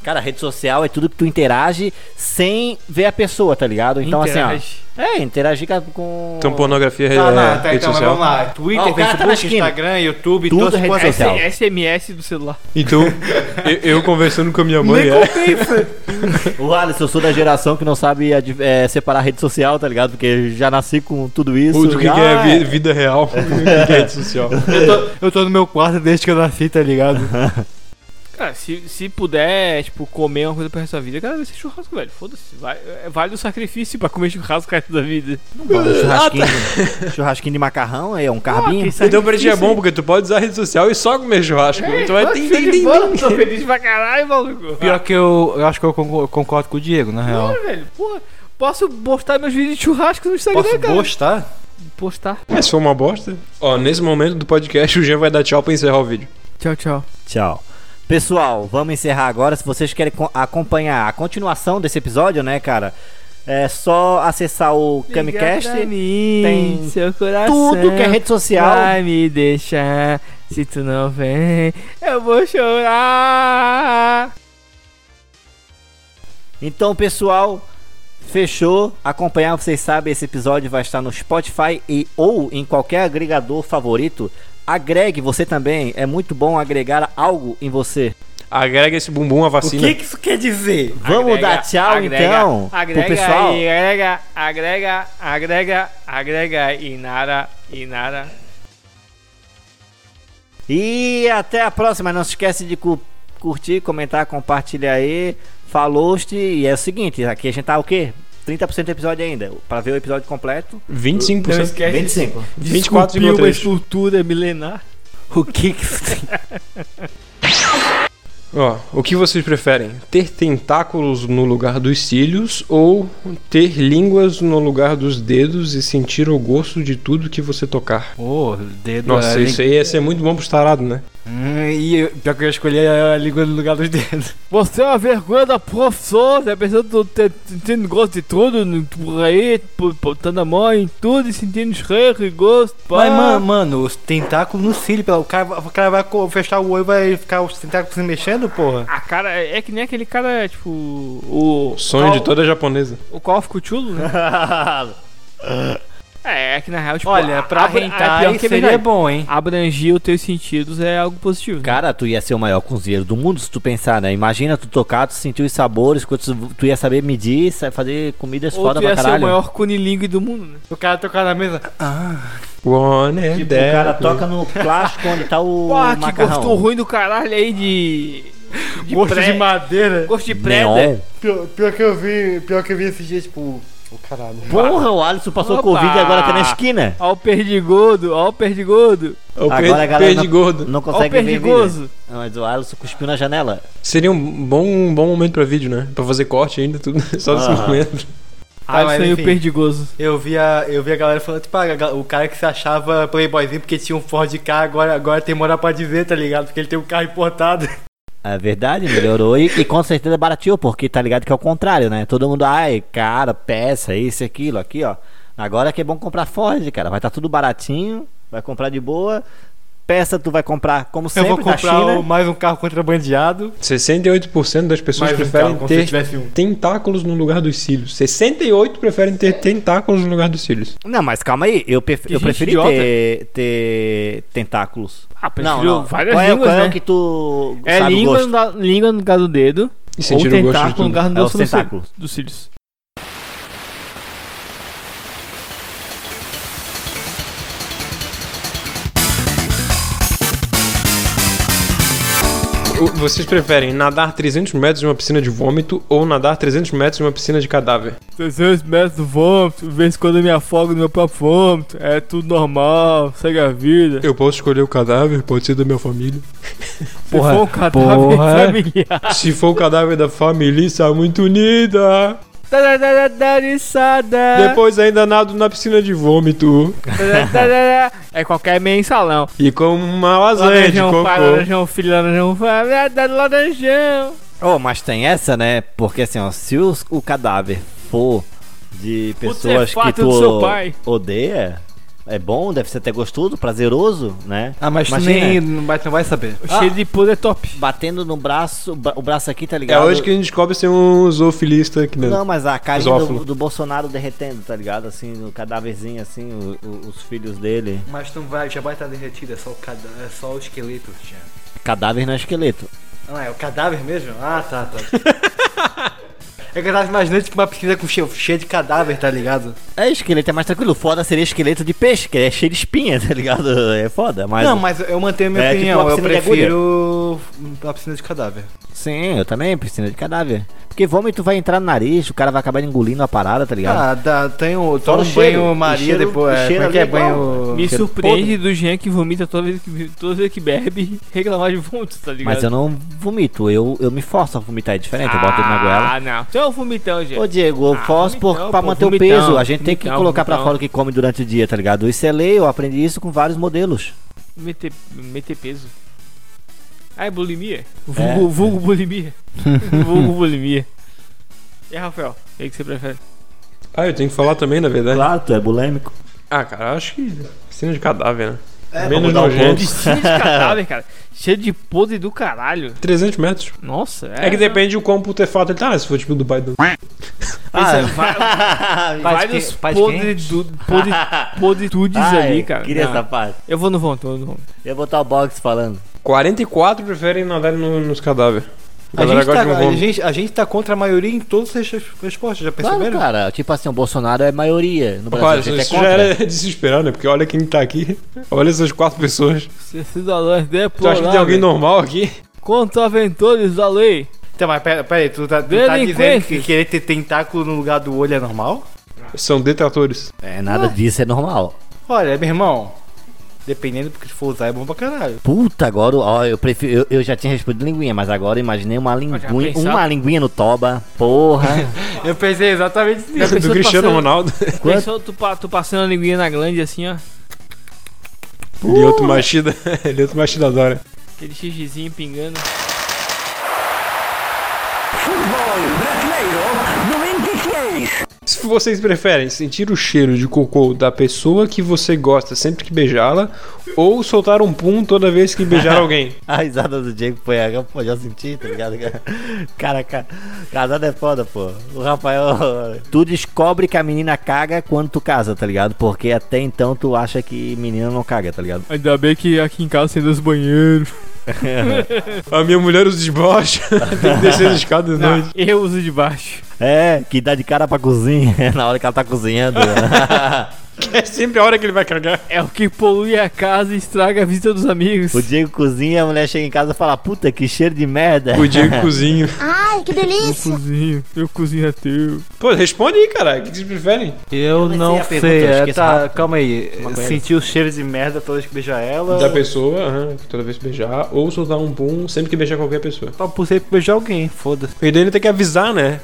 [SPEAKER 4] Cara, rede social é tudo que tu interage sem ver a pessoa, tá ligado? Então, assim,
[SPEAKER 2] Interage.
[SPEAKER 4] ó. É, interagir com- com.
[SPEAKER 1] Então pornografia é,
[SPEAKER 5] Tá, não, tá,
[SPEAKER 1] rede
[SPEAKER 5] então, mas
[SPEAKER 1] social.
[SPEAKER 5] vamos lá. Twitter,
[SPEAKER 4] Ah, o cara tá na
[SPEAKER 5] Facebook,
[SPEAKER 4] esquina.
[SPEAKER 5] Instagram, YouTube,
[SPEAKER 4] Tudo
[SPEAKER 5] todas as
[SPEAKER 4] rede
[SPEAKER 5] coisas-
[SPEAKER 4] social.
[SPEAKER 2] É SMS do celular.
[SPEAKER 1] Então, eu, eu conversando com a minha mãe, é.
[SPEAKER 4] O Alisson, eu sou da geração que não sabe ad- é, separar rede social, tá ligado? Porque eu já nasci com tudo isso.
[SPEAKER 1] Puta, o que,
[SPEAKER 4] já-
[SPEAKER 1] que é vi- vida real? *laughs* O que, que é rede social?
[SPEAKER 5] Eu tô, eu tô no meu quarto desde que eu nasci,
[SPEAKER 4] *laughs*
[SPEAKER 5] tá ligado?
[SPEAKER 2] Cara, se, se puder, tipo, comer uma coisa pra resto da vida, cara, vai ser churrasco, velho. Foda-se. Vai, é, vale o sacrifício pra comer churrasco o resto da vida.
[SPEAKER 4] um Churrasquinho, churrasquinho de macarrão aí, é um carbinho.
[SPEAKER 1] Então pra ti é bom, porque tu pode usar a rede social e só comer churrasco. né?
[SPEAKER 2] Tipo,
[SPEAKER 1] Então é- tu *laughs* vai tem, tem, tem,
[SPEAKER 2] Tô feliz pra caralho, maluco.
[SPEAKER 5] Pior que eu, eu acho que eu concor- concordo com o Diego, na real.
[SPEAKER 2] Porra, velho, porra. Posso postar meus vídeos de churrasco no Instagram,
[SPEAKER 5] Posso
[SPEAKER 2] cara?
[SPEAKER 5] gostar?
[SPEAKER 2] Postar.
[SPEAKER 1] Mas foi É, uma bosta. Ó, nesse momento do podcast, o Jean vai dar tchau pra encerrar o vídeo.
[SPEAKER 2] Tchau, tchau.
[SPEAKER 4] Tchau. Pessoal, vamos encerrar agora. Se vocês querem co- acompanhar a continuação desse episódio, né, cara? É só acessar o Camicast. tem
[SPEAKER 2] tem seu
[SPEAKER 5] Tá
[SPEAKER 2] coração.
[SPEAKER 4] Tudo que é rede social.
[SPEAKER 2] Vai me deixar. Se tu não vem, eu vou chorar.
[SPEAKER 4] Então, pessoal, fechou. Acompanhar, vocês sabem, esse episódio vai estar no Spotify e ou em qualquer agregador favorito. Agregue você também. É muito bom agregar algo em você. Assim, né?
[SPEAKER 1] Agrega esse bumbum à vacina.
[SPEAKER 5] isso quer dizer?
[SPEAKER 4] Vamos dar tchau então
[SPEAKER 2] agrega
[SPEAKER 4] pro pessoal.
[SPEAKER 2] aí, agrega, agrega, agrega, agrega, Inara, Inara.
[SPEAKER 4] E até a próxima. Não se esquece de cu- curtir, comentar, compartilhar aí. Faloste. E é o seguinte, aqui a gente tá o quê? 30% do episódio ainda. Pra ver o episódio completo.
[SPEAKER 1] 25%.
[SPEAKER 2] esquece.
[SPEAKER 4] 25.
[SPEAKER 1] 24,3.
[SPEAKER 2] uma estrutura milenar.
[SPEAKER 4] O que que isso *laughs* tem?
[SPEAKER 1] Ó, o que vocês preferem? Ter tentáculos no lugar dos cílios ou ter línguas no lugar dos dedos e sentir o gosto de tudo que você tocar?
[SPEAKER 3] Ô, dedo.
[SPEAKER 1] Nossa,
[SPEAKER 3] é,
[SPEAKER 1] isso aí ia ser muito bom pros tarados, né?
[SPEAKER 5] Hum, e eu- pior que eu ia escolher a língua no lugar dos dedos.
[SPEAKER 2] Você é uma vergonha da professora, a pessoa do- te- sentindo gosto de tudo, no- por aí, por- botando a mão em tudo, e sentindo cheiro e gosto. pá.
[SPEAKER 5] *laughs* Mas, mano, mano, os tentáculos no cílio, pela- o cara, o cara vai co- fechar o olho e vai ficar os tentáculos se mexendo, porra.
[SPEAKER 2] Ah, cara, é que nem aquele cara, tipo, o...
[SPEAKER 1] O sonho de
[SPEAKER 2] Call-
[SPEAKER 1] toda japonesa.
[SPEAKER 2] O Call of Cthulhu,
[SPEAKER 4] *laughs*
[SPEAKER 2] né? é, é que na real, tipo...
[SPEAKER 5] Olha, pra
[SPEAKER 2] abra- é
[SPEAKER 5] rentar
[SPEAKER 2] pior que é
[SPEAKER 5] seria
[SPEAKER 2] verdade.
[SPEAKER 5] bom, hein?
[SPEAKER 2] Abrangir os teus sentidos é algo positivo. né?
[SPEAKER 4] Cara, tu ia ser o maior cozinheiro do mundo se tu pensar, né? Imagina tu tocar, tu sentir os sabores, quantos- tu ia saber medir, sa- fazer comidas
[SPEAKER 2] Ou
[SPEAKER 4] é foda
[SPEAKER 2] tu ia
[SPEAKER 4] pra
[SPEAKER 2] ser o
[SPEAKER 4] caralho.
[SPEAKER 2] maior cunilingue do mundo, né?
[SPEAKER 5] O cara tocar na mesa.
[SPEAKER 1] One and
[SPEAKER 4] Tipo, o cara
[SPEAKER 1] that.
[SPEAKER 4] toca no plástico onde tá o
[SPEAKER 2] Pô, que
[SPEAKER 4] macarrão.
[SPEAKER 2] gosto ruim do caralho
[SPEAKER 4] *laughs*
[SPEAKER 2] aí de... de
[SPEAKER 5] Gosto
[SPEAKER 2] pré-
[SPEAKER 5] de madeira.
[SPEAKER 2] Gosto de prédio.
[SPEAKER 4] Neon.
[SPEAKER 5] Pior, pior que eu vi, pior que eu vi esses dias, tipo, o caralho.
[SPEAKER 4] Porra, o Alisson passou
[SPEAKER 2] Opa!
[SPEAKER 4] Covid e agora tá na esquina.
[SPEAKER 2] Ó o perdigodo, ó o perdigodo,
[SPEAKER 1] O
[SPEAKER 4] Agora a
[SPEAKER 1] per-
[SPEAKER 4] galera
[SPEAKER 1] perdi gordo.
[SPEAKER 4] Não
[SPEAKER 2] ó o
[SPEAKER 4] consegue ver. vídeo.
[SPEAKER 2] perdigoso.
[SPEAKER 4] Não, Mas o Alisson cuspiu na janela.
[SPEAKER 1] Seria um bom, um bom momento pra vídeo, né? Pra fazer corte ainda, tudo. *laughs* Só nesse
[SPEAKER 4] Ah.
[SPEAKER 1] momento.
[SPEAKER 2] Ah, isso
[SPEAKER 5] mas
[SPEAKER 2] aí o
[SPEAKER 5] enfim.
[SPEAKER 2] perdigoso.
[SPEAKER 5] Eu vi a, eu vi a galera falando, tipo, ah, ga- o cara que se achava playboyzinho porque tinha um Ford K, agora, agora tem moral pra dizer, tá ligado? Porque ele tem um carro importado.
[SPEAKER 4] É verdade, melhorou e, e com certeza barateou, porque tá ligado que é o contrário, né? Todo mundo, ai, cara, peça, isso, aquilo, aqui, ó. Agora que é bom comprar Ford, cara. Vai tá tudo baratinho, vai comprar de boa. Peça tu vai comprar, como sempre,
[SPEAKER 5] eu vou
[SPEAKER 4] da
[SPEAKER 5] comprar
[SPEAKER 4] China.
[SPEAKER 5] o- mais um carro contrabandeado.
[SPEAKER 1] 68% das pessoas
[SPEAKER 5] mais um
[SPEAKER 1] preferem
[SPEAKER 5] carro, como se eu
[SPEAKER 1] ter
[SPEAKER 5] tivesse um.
[SPEAKER 1] tentáculos no lugar dos cílios. 68 preferem ter tentáculos no lugar dos cílios.
[SPEAKER 4] Não, mas calma aí, eu, pref... eu
[SPEAKER 2] gente
[SPEAKER 4] preferi
[SPEAKER 2] idiota.
[SPEAKER 4] ter, ter tentáculos.
[SPEAKER 2] Ah,
[SPEAKER 4] Não,
[SPEAKER 2] prefiro
[SPEAKER 4] não.
[SPEAKER 2] várias
[SPEAKER 4] qual é,
[SPEAKER 2] línguas,
[SPEAKER 4] qual é
[SPEAKER 2] né?
[SPEAKER 4] o que tu
[SPEAKER 2] É
[SPEAKER 4] sabe o
[SPEAKER 2] língua,
[SPEAKER 4] gosto?
[SPEAKER 2] no da- língua no lugar do dedo,
[SPEAKER 1] E
[SPEAKER 2] ou
[SPEAKER 1] sentiram o gosto de
[SPEAKER 2] tentáculo no
[SPEAKER 1] tudo.
[SPEAKER 2] lugar do
[SPEAKER 4] É os
[SPEAKER 2] gosto do cílio-
[SPEAKER 4] tentáculos.
[SPEAKER 2] dos cílios.
[SPEAKER 1] O- Vocês preferem nadar 300 metros em uma piscina de vômito ou nadar 300 metros em uma piscina de cadáver?
[SPEAKER 2] 300 metros do vômito, de vez em quando eu me afogo no meu próprio vômito, é tudo normal, segue a vida.
[SPEAKER 1] Eu posso escolher o cadáver, pode ser da minha família. *laughs*
[SPEAKER 3] Porra,
[SPEAKER 2] Se for um cadáver
[SPEAKER 3] porra.
[SPEAKER 2] familiar.
[SPEAKER 1] Se for o cadáver da família, está muito unida.
[SPEAKER 5] É.
[SPEAKER 2] Dadadadadariçada.
[SPEAKER 1] Depois ainda nado na piscina de vômito.
[SPEAKER 2] Dadadadadá. É qualquer mensalão.
[SPEAKER 1] E como uma lasanha de
[SPEAKER 2] Laranjão, pai,
[SPEAKER 5] né?
[SPEAKER 1] cocô.
[SPEAKER 2] laranjão, filho, laranjão, família, laranjão.
[SPEAKER 4] Oh, mas tem essa, né? Porque assim, ó, se os- o cadáver for de pessoas que
[SPEAKER 2] é fato
[SPEAKER 4] tu
[SPEAKER 2] do seu pai.
[SPEAKER 4] odeia, é bom, deve ser até gostoso, prazeroso, né?
[SPEAKER 5] Ah, mas
[SPEAKER 4] tu nem-
[SPEAKER 5] não vai, saber.
[SPEAKER 2] O
[SPEAKER 4] Ah.
[SPEAKER 2] cheiro de podre é top.
[SPEAKER 4] Batendo no braço, o bra- o braço aqui, tá
[SPEAKER 1] É
[SPEAKER 4] ligado?
[SPEAKER 1] hoje que a gente descobre ser um zoofilista aqui dentro.
[SPEAKER 4] Não, mas a carinha
[SPEAKER 1] Zófilo.
[SPEAKER 4] do, do Bolsonaro derretendo, tá ligado? Assim, o cadáverzinho, assim, o- o- os filhos dele.
[SPEAKER 5] Ah, Mas não vai, já vai estar derretido, é só o, cada, é só o esqueleto. Já.
[SPEAKER 4] Cadáver não é esqueleto.
[SPEAKER 5] Ah, é o cadáver mesmo? Ah, tá, tá. *laughs* é que eu tava imaginando tipo uma piscina com cheia cheia de cadáver, tá ligado?
[SPEAKER 4] É, esqueleto é mais tranquilo. Foda seria esqueleto de peixe, que é cheio de espinha, *laughs* tá ligado? É foda, mas.
[SPEAKER 5] não, mas eu mantenho a minha
[SPEAKER 4] É, tipo
[SPEAKER 5] opinião,
[SPEAKER 4] uma
[SPEAKER 5] eu
[SPEAKER 4] piscina de agulha.
[SPEAKER 5] prefiro a piscina de cadáver.
[SPEAKER 4] Sim, eu também, piscina de cadáver. Porque vômito vai entrar no nariz, o cara vai acabar engolindo a parada, tá ligado?
[SPEAKER 5] Ah, dá, tem o, toma
[SPEAKER 4] o
[SPEAKER 5] um
[SPEAKER 4] cheiro,
[SPEAKER 5] banho Maria
[SPEAKER 4] o cheiro-
[SPEAKER 5] depois.
[SPEAKER 4] o
[SPEAKER 5] É,
[SPEAKER 4] cheiro
[SPEAKER 5] como é que é
[SPEAKER 4] ali é
[SPEAKER 5] banho.
[SPEAKER 2] Me
[SPEAKER 5] cheiro
[SPEAKER 2] surpreende do Jean que vomita toda vez que, toda vez que bebe *laughs* reclamar de vômito, tá ligado?
[SPEAKER 4] Mas eu não vomito, eu, eu me forço a vomitar, é diferente, eu boto ele na goela.
[SPEAKER 2] Ah, não. Tu é um vomitão, Jean.
[SPEAKER 4] Ô Diego, eu
[SPEAKER 2] Ah,
[SPEAKER 4] forço por,
[SPEAKER 2] vomitão,
[SPEAKER 4] pra
[SPEAKER 2] pô,
[SPEAKER 4] manter
[SPEAKER 2] vomitão,
[SPEAKER 4] o peso, a gente tem que
[SPEAKER 2] vomitão,
[SPEAKER 4] colocar pra
[SPEAKER 2] vomitão.
[SPEAKER 4] fora o que come durante o dia, tá ligado? Isso é lei, eu aprendi isso com vários modelos.
[SPEAKER 2] Meter, meter peso. Ah, é bulimia?
[SPEAKER 4] É.
[SPEAKER 2] Vulgo, vulgo *laughs* bulimia. vulgo bulimia. E aí, Rafael, o que que você prefere?
[SPEAKER 1] Ah, eu tenho que falar também, na verdade.
[SPEAKER 4] Claro, tu é bulêmico.
[SPEAKER 1] Ah, cara, eu acho que piscina de cadáver, né?
[SPEAKER 5] É,
[SPEAKER 1] Menos
[SPEAKER 4] vamos dar um
[SPEAKER 1] nojento.
[SPEAKER 2] Cheio de cadáver, cara. Cheio de podre do caralho.
[SPEAKER 1] 300 metros.
[SPEAKER 2] Nossa, é.
[SPEAKER 1] É, que depende o quão putefato ele tá. Se for tipo do Biden.
[SPEAKER 2] Ah, vai, vai
[SPEAKER 4] Faz
[SPEAKER 2] dos
[SPEAKER 4] que- faz
[SPEAKER 2] podre
[SPEAKER 4] quente?
[SPEAKER 2] do,
[SPEAKER 4] *laughs*
[SPEAKER 2] podre, podritudes
[SPEAKER 4] Ai,
[SPEAKER 2] ali, cara. Ah.
[SPEAKER 4] Queria
[SPEAKER 2] Não.
[SPEAKER 4] essa parte.
[SPEAKER 2] Eu vou no vômito, eu vou no vômito.
[SPEAKER 4] Eu ia botar o box falando.
[SPEAKER 1] 44 preferem nadar no- nos cadáveres. A
[SPEAKER 5] A
[SPEAKER 1] galera
[SPEAKER 5] gente,
[SPEAKER 1] gosta de um
[SPEAKER 5] tá, a,
[SPEAKER 1] vômito.
[SPEAKER 5] gente, a gente tá contra a maioria em todos esses esportes, já
[SPEAKER 4] Claro,
[SPEAKER 5] perceberam?
[SPEAKER 4] cara, tipo assim, o Bolsonaro é maioria no Brasil,
[SPEAKER 1] Olha,
[SPEAKER 4] a gente é
[SPEAKER 1] isso
[SPEAKER 4] contra.
[SPEAKER 1] já era *laughs* desesperado, né? Porque olha quem tá aqui. Olha essas quatro pessoas.
[SPEAKER 2] Você cidadãos
[SPEAKER 1] Tu acha que tem alguém
[SPEAKER 2] deploráveis,
[SPEAKER 1] normal aqui?
[SPEAKER 2] contraventores da lei.
[SPEAKER 5] Então, mas pera, pera aí, tu tá, tu tá dizendo
[SPEAKER 2] Delinquente.
[SPEAKER 5] que querer ter tentáculo no lugar do olho é normal?
[SPEAKER 1] São detratores.
[SPEAKER 4] É, nada disso é normal.
[SPEAKER 5] Olha, meu irmão, dependendo do que tu for usar, é bom pra caralho.
[SPEAKER 4] Puta, agora, ó, eu prefiro. Eu, eu já tinha respondido linguinha, mas agora eu imaginei uma
[SPEAKER 2] já
[SPEAKER 4] linguinha.
[SPEAKER 2] pensava?
[SPEAKER 4] Uma linguinha no toba.
[SPEAKER 2] *laughs*
[SPEAKER 4] Porra. *laughs*
[SPEAKER 5] Eu pensei exatamente nisso.
[SPEAKER 1] *laughs* Do
[SPEAKER 2] pessoa
[SPEAKER 1] Cristiano
[SPEAKER 2] passando-
[SPEAKER 1] Ronaldo. *laughs*
[SPEAKER 4] Quanto?
[SPEAKER 2] Pensou tu, pa- tu passando a linguinha na glande assim, ó.
[SPEAKER 1] Uh! *laughs* Ele é outro machida. Ele é outro machida adora.
[SPEAKER 2] Aquele xixizinho pingando.
[SPEAKER 1] Se vocês preferem sentir o cheiro de cocô da pessoa que você gosta sempre que beijá-la ou soltar um pum toda vez que *laughs* beijar alguém?
[SPEAKER 4] A risada do Diego foi a pô, já senti, tá ligado? Cara, cara, casado é foda, pô. O Rafael. Tu descobre que a menina caga quando tu casa, tá ligado? Porque até então tu acha que menina não caga, tá ligado?
[SPEAKER 2] Ainda bem que aqui em casa tem dois banheiros.
[SPEAKER 1] A minha mulher os desbocha, *laughs* tem que descer as escadas de
[SPEAKER 2] Não,
[SPEAKER 1] noite.
[SPEAKER 2] eu uso de baixo.
[SPEAKER 4] É, que dá de cara pra cozinha *laughs* na hora que ela tá
[SPEAKER 2] *laughs*
[SPEAKER 4] cozinhando.
[SPEAKER 1] É sempre a hora que ele vai cagar.
[SPEAKER 2] É o que polui a casa e estraga a visita dos amigos.
[SPEAKER 4] o Diego cozinha, a mulher chega em casa e fala: Puta, que cheiro de merda.
[SPEAKER 1] O Diego cozinho.
[SPEAKER 6] Ai, que delícia!
[SPEAKER 2] cozinho, eu cozinho é teu.
[SPEAKER 1] Pô, responde aí, caralho. O que vocês preferem?
[SPEAKER 5] Eu
[SPEAKER 4] nem
[SPEAKER 5] não
[SPEAKER 4] sei a
[SPEAKER 5] sei,
[SPEAKER 4] pergunta, eu
[SPEAKER 5] é,
[SPEAKER 4] esqueço
[SPEAKER 5] tá,
[SPEAKER 4] rápido.
[SPEAKER 5] calma aí.
[SPEAKER 4] Maconheiro.
[SPEAKER 5] Sentir o cheiro de merda toda vez que beijar ela.
[SPEAKER 1] Da pessoa, aham, toda vez que beijar, ou soltar um pum sempre que beijar qualquer pessoa.
[SPEAKER 5] Só por sempre beijar alguém, foda-se.
[SPEAKER 1] E daí ele tem que avisar, né?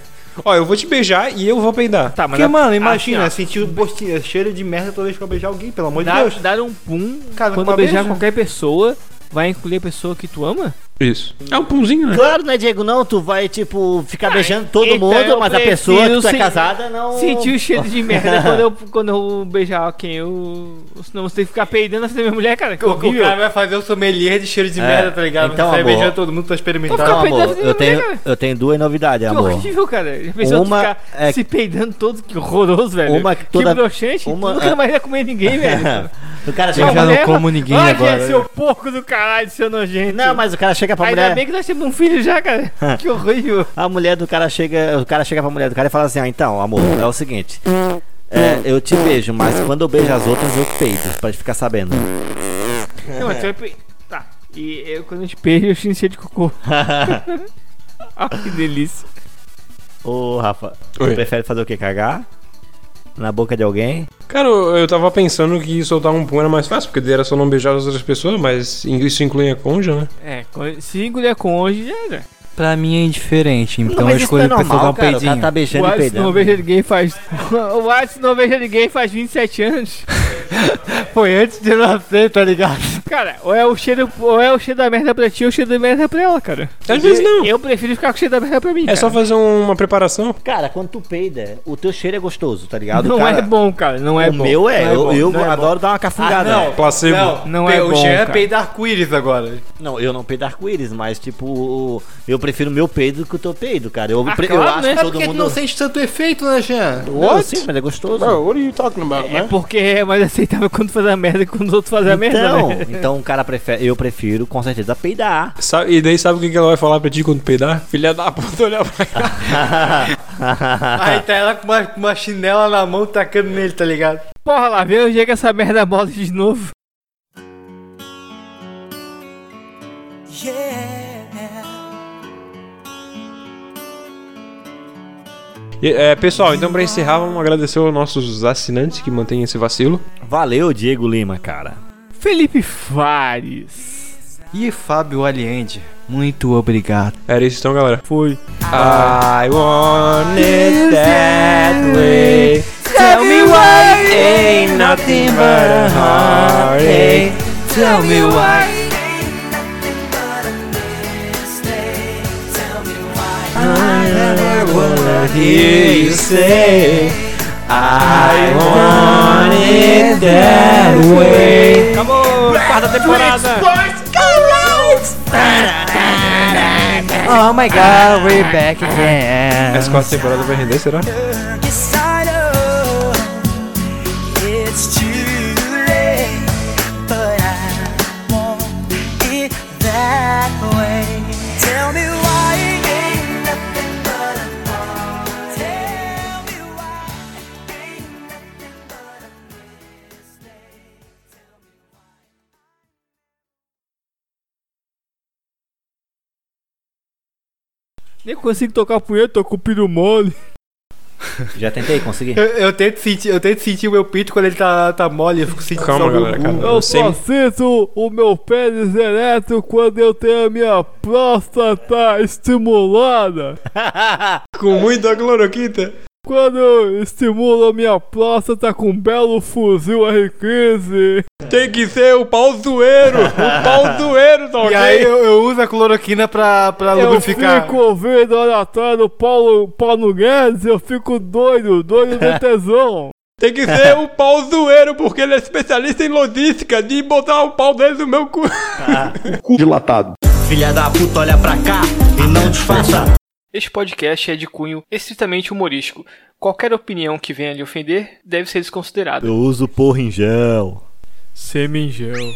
[SPEAKER 1] Ó, eu vou te beijar e eu vou peidar.
[SPEAKER 2] Tá, mas
[SPEAKER 5] Porque,
[SPEAKER 2] dá-
[SPEAKER 5] mano, imagina,
[SPEAKER 2] assim,
[SPEAKER 5] sentir o gostinho, o cheiro de merda toda vez que eu beijar alguém, pelo
[SPEAKER 2] ó,
[SPEAKER 5] amor de
[SPEAKER 2] dá,
[SPEAKER 5] Deus.
[SPEAKER 2] dar um pum
[SPEAKER 5] Cara,
[SPEAKER 2] quando
[SPEAKER 5] uma
[SPEAKER 2] beijar
[SPEAKER 5] beija.
[SPEAKER 2] qualquer pessoa, vai incluir a pessoa que tu ama?
[SPEAKER 1] Isso. É um punzinho, né?
[SPEAKER 4] Claro, né, Diego? Não, tu vai, tipo, ficar beijando todo
[SPEAKER 2] então eu
[SPEAKER 4] mundo, mas a
[SPEAKER 2] prefiro
[SPEAKER 4] pessoa que tu é
[SPEAKER 2] sen-
[SPEAKER 4] casada não.
[SPEAKER 2] Sentir o cheiro
[SPEAKER 4] *laughs*
[SPEAKER 2] de merda quando eu, quando eu beijar quem eu. Senão você tem que ficar peidando na frente da minha mulher, cara.
[SPEAKER 5] *laughs*
[SPEAKER 2] Que
[SPEAKER 5] O, o
[SPEAKER 2] horrível.
[SPEAKER 5] cara vai fazer o sommelier de cheiro de
[SPEAKER 4] É,
[SPEAKER 5] merda, tá ligado?
[SPEAKER 4] então,
[SPEAKER 5] Você sai
[SPEAKER 4] amor.
[SPEAKER 5] beijando todo mundo, tá experimentando.
[SPEAKER 2] Então,
[SPEAKER 4] Não,
[SPEAKER 2] peidando
[SPEAKER 4] amor,
[SPEAKER 2] assim,
[SPEAKER 4] eu tenho,
[SPEAKER 2] né, cara?
[SPEAKER 4] eu tenho duas novidades,
[SPEAKER 2] Que
[SPEAKER 4] amor.
[SPEAKER 2] horrível, cara. Já pensou
[SPEAKER 4] Uma
[SPEAKER 2] ficar
[SPEAKER 4] é-
[SPEAKER 2] se peidando todo? Que horroroso, velho.
[SPEAKER 4] Uma que toda-
[SPEAKER 2] Que broxante.
[SPEAKER 4] uma- é
[SPEAKER 2] tu nunca mais ia comer ninguém, velho.
[SPEAKER 4] *laughs* o cara
[SPEAKER 5] Eu
[SPEAKER 4] chega
[SPEAKER 5] já
[SPEAKER 2] Tua
[SPEAKER 5] não
[SPEAKER 2] mulher-
[SPEAKER 5] como ninguém
[SPEAKER 2] Olha,
[SPEAKER 5] agora.
[SPEAKER 2] seu porco do caralho, seu nojento.
[SPEAKER 4] Não, mas o cara chega pra
[SPEAKER 2] Ainda
[SPEAKER 4] mulher.
[SPEAKER 2] bem que nós temos um filho já, *laughs* cara. que horrível.
[SPEAKER 4] A mulher do cara chega. O cara chega pra mulher do cara e fala assim: Ah, então, amor, é o seguinte. é, eu te beijo, mas quando eu beijo as outras, eu peido, pra gente ficar sabendo. *laughs*
[SPEAKER 2] Não, mas tu vai pe... Tá. E eu, quando a gente peida, eu cheio de cocô. *laughs* Ah, que delícia.
[SPEAKER 4] Ô, Rafa,
[SPEAKER 1] Oi.
[SPEAKER 4] tu prefere fazer o quê? Cagar? Na boca de alguém?
[SPEAKER 1] Cara, eu, eu tava pensando que soltar um pum era mais fácil, porque daí era só não beijar as outras pessoas, mas isso inclui a conja, né?
[SPEAKER 2] É, co- se engolher cônjuge, já era.
[SPEAKER 3] Pra mim é indiferente, então eu
[SPEAKER 4] mas isso
[SPEAKER 3] escolho
[SPEAKER 4] é
[SPEAKER 3] pra soltar um
[SPEAKER 4] normal, cara. O
[SPEAKER 3] peidinho.
[SPEAKER 4] cara tá
[SPEAKER 2] O
[SPEAKER 4] beijando e
[SPEAKER 2] Alisson não
[SPEAKER 4] peidando.
[SPEAKER 2] veja ninguém faz. *laughs* O Alisson não veja ninguém faz 27 *laughs* anos.
[SPEAKER 5] Foi antes de eu nascer, tá ligado?
[SPEAKER 2] Cara, ou é o cheiro, ou é o cheiro da merda pra ti ou o cheiro da merda pra ela, cara.
[SPEAKER 1] Às vezes não.
[SPEAKER 2] Eu prefiro ficar com o cheiro da merda pra mim.
[SPEAKER 1] É
[SPEAKER 2] cara.
[SPEAKER 1] só fazer uma preparação.
[SPEAKER 4] Cara, quando tu peida, o teu cheiro é gostoso, tá ligado?
[SPEAKER 2] Não
[SPEAKER 4] Cara,
[SPEAKER 2] é bom, cara. Não é
[SPEAKER 4] o
[SPEAKER 2] bom.
[SPEAKER 4] meu é.
[SPEAKER 2] Não
[SPEAKER 4] eu
[SPEAKER 2] bom,
[SPEAKER 4] eu
[SPEAKER 2] não é bom.
[SPEAKER 4] adoro dar uma cafungada.
[SPEAKER 5] não.
[SPEAKER 1] É Placebo.
[SPEAKER 5] Não,
[SPEAKER 2] Não
[SPEAKER 5] pe-
[SPEAKER 2] é
[SPEAKER 5] O
[SPEAKER 2] bom,
[SPEAKER 5] cheiro é
[SPEAKER 2] cara.
[SPEAKER 5] peidar arco-íris agora.
[SPEAKER 4] Não, eu não peido arco-íris, mas tipo, o- eu prefiro meu peido que o teu peido, cara. Eu,
[SPEAKER 2] Ah,
[SPEAKER 4] pre-
[SPEAKER 2] claro,
[SPEAKER 4] eu acho
[SPEAKER 2] né?
[SPEAKER 4] que todo mundo.
[SPEAKER 5] sente tanto efeito, né, Jean?
[SPEAKER 4] Não, sim, mas é gostoso.
[SPEAKER 1] what are you talking about,
[SPEAKER 2] É porque é mais aceitável quando faz a merda que quando os outros fazem a merda,
[SPEAKER 4] então,
[SPEAKER 2] né?
[SPEAKER 4] *laughs* então o cara prefere. Eu prefiro, com certeza, peidar.
[SPEAKER 1] é, Sabe- e daí sabe o que que ela vai falar pra ti quando peidar? Filha da puta, olhar pra cá.
[SPEAKER 5] Aí tá ela com uma, com uma chinela na mão tacando nele, tá ligado?
[SPEAKER 2] Porra, lá vem o dia que essa merda bota de novo.
[SPEAKER 1] E, é, pessoal, então pra encerrar, vamos agradecer aos nossos assinantes que mantêm esse vacilo.
[SPEAKER 4] Valeu, Diego Lima, cara.
[SPEAKER 2] Felipe Fares.
[SPEAKER 5] E Fábio Aliende.
[SPEAKER 3] Muito obrigado.
[SPEAKER 1] Era isso então, galera. Ah.
[SPEAKER 2] Foi.
[SPEAKER 1] I want it that way.
[SPEAKER 3] Tell me why
[SPEAKER 1] Ain't nothing but a heartache.
[SPEAKER 3] Tell me why
[SPEAKER 1] Hear you say, I want it that way. Acabou! Quarta temporada!
[SPEAKER 3] Oh my god, we're back again.
[SPEAKER 1] Essa quarta temporada vai render, será?
[SPEAKER 7] It's too late, but I want it that way. Tell me why it ain't nothing but a part. Tell me why it ain't nothing but a mistake. Tell me why.
[SPEAKER 2] Nem consigo tocar punheta, tô com o piro mole.
[SPEAKER 4] Já tentei, consegui.
[SPEAKER 5] Eu, eu tento sentir, eu tento sentir o meu pito quando ele tá, tá mole, eu fico sentindo
[SPEAKER 1] Calma,
[SPEAKER 5] só o
[SPEAKER 1] galera,
[SPEAKER 5] cu.
[SPEAKER 1] calma.
[SPEAKER 2] Eu
[SPEAKER 1] Sem-
[SPEAKER 2] só sinto o meu pênis ereto quando eu tenho a minha próstata estimulada.
[SPEAKER 5] É.
[SPEAKER 1] Com muita cloroquita.
[SPEAKER 2] quando estimula minha próstata com um belo fuzil R15.
[SPEAKER 1] Tem que ser o pau zoeiro! O pau zoeiro, tá
[SPEAKER 5] *laughs* E
[SPEAKER 1] ok?
[SPEAKER 5] aí eu, eu uso a cloroquina pra, pra
[SPEAKER 2] Eu
[SPEAKER 5] lubrificar.
[SPEAKER 2] fico ouvindo o oratório do Paulo, Paulo Guedes, eu fico doido, doido de tesão.
[SPEAKER 1] Tem que ser o pau zoeiro, porque ele é especialista em logística de botar o pau dentro do meu cu.
[SPEAKER 7] Filha da puta, olha pra cá e não disfarça.
[SPEAKER 2] Este podcast é de cunho estritamente humorístico. Qualquer opinião que venha lhe ofender deve ser desconsiderada.
[SPEAKER 4] Eu uso porra em gel.
[SPEAKER 2] Semingel.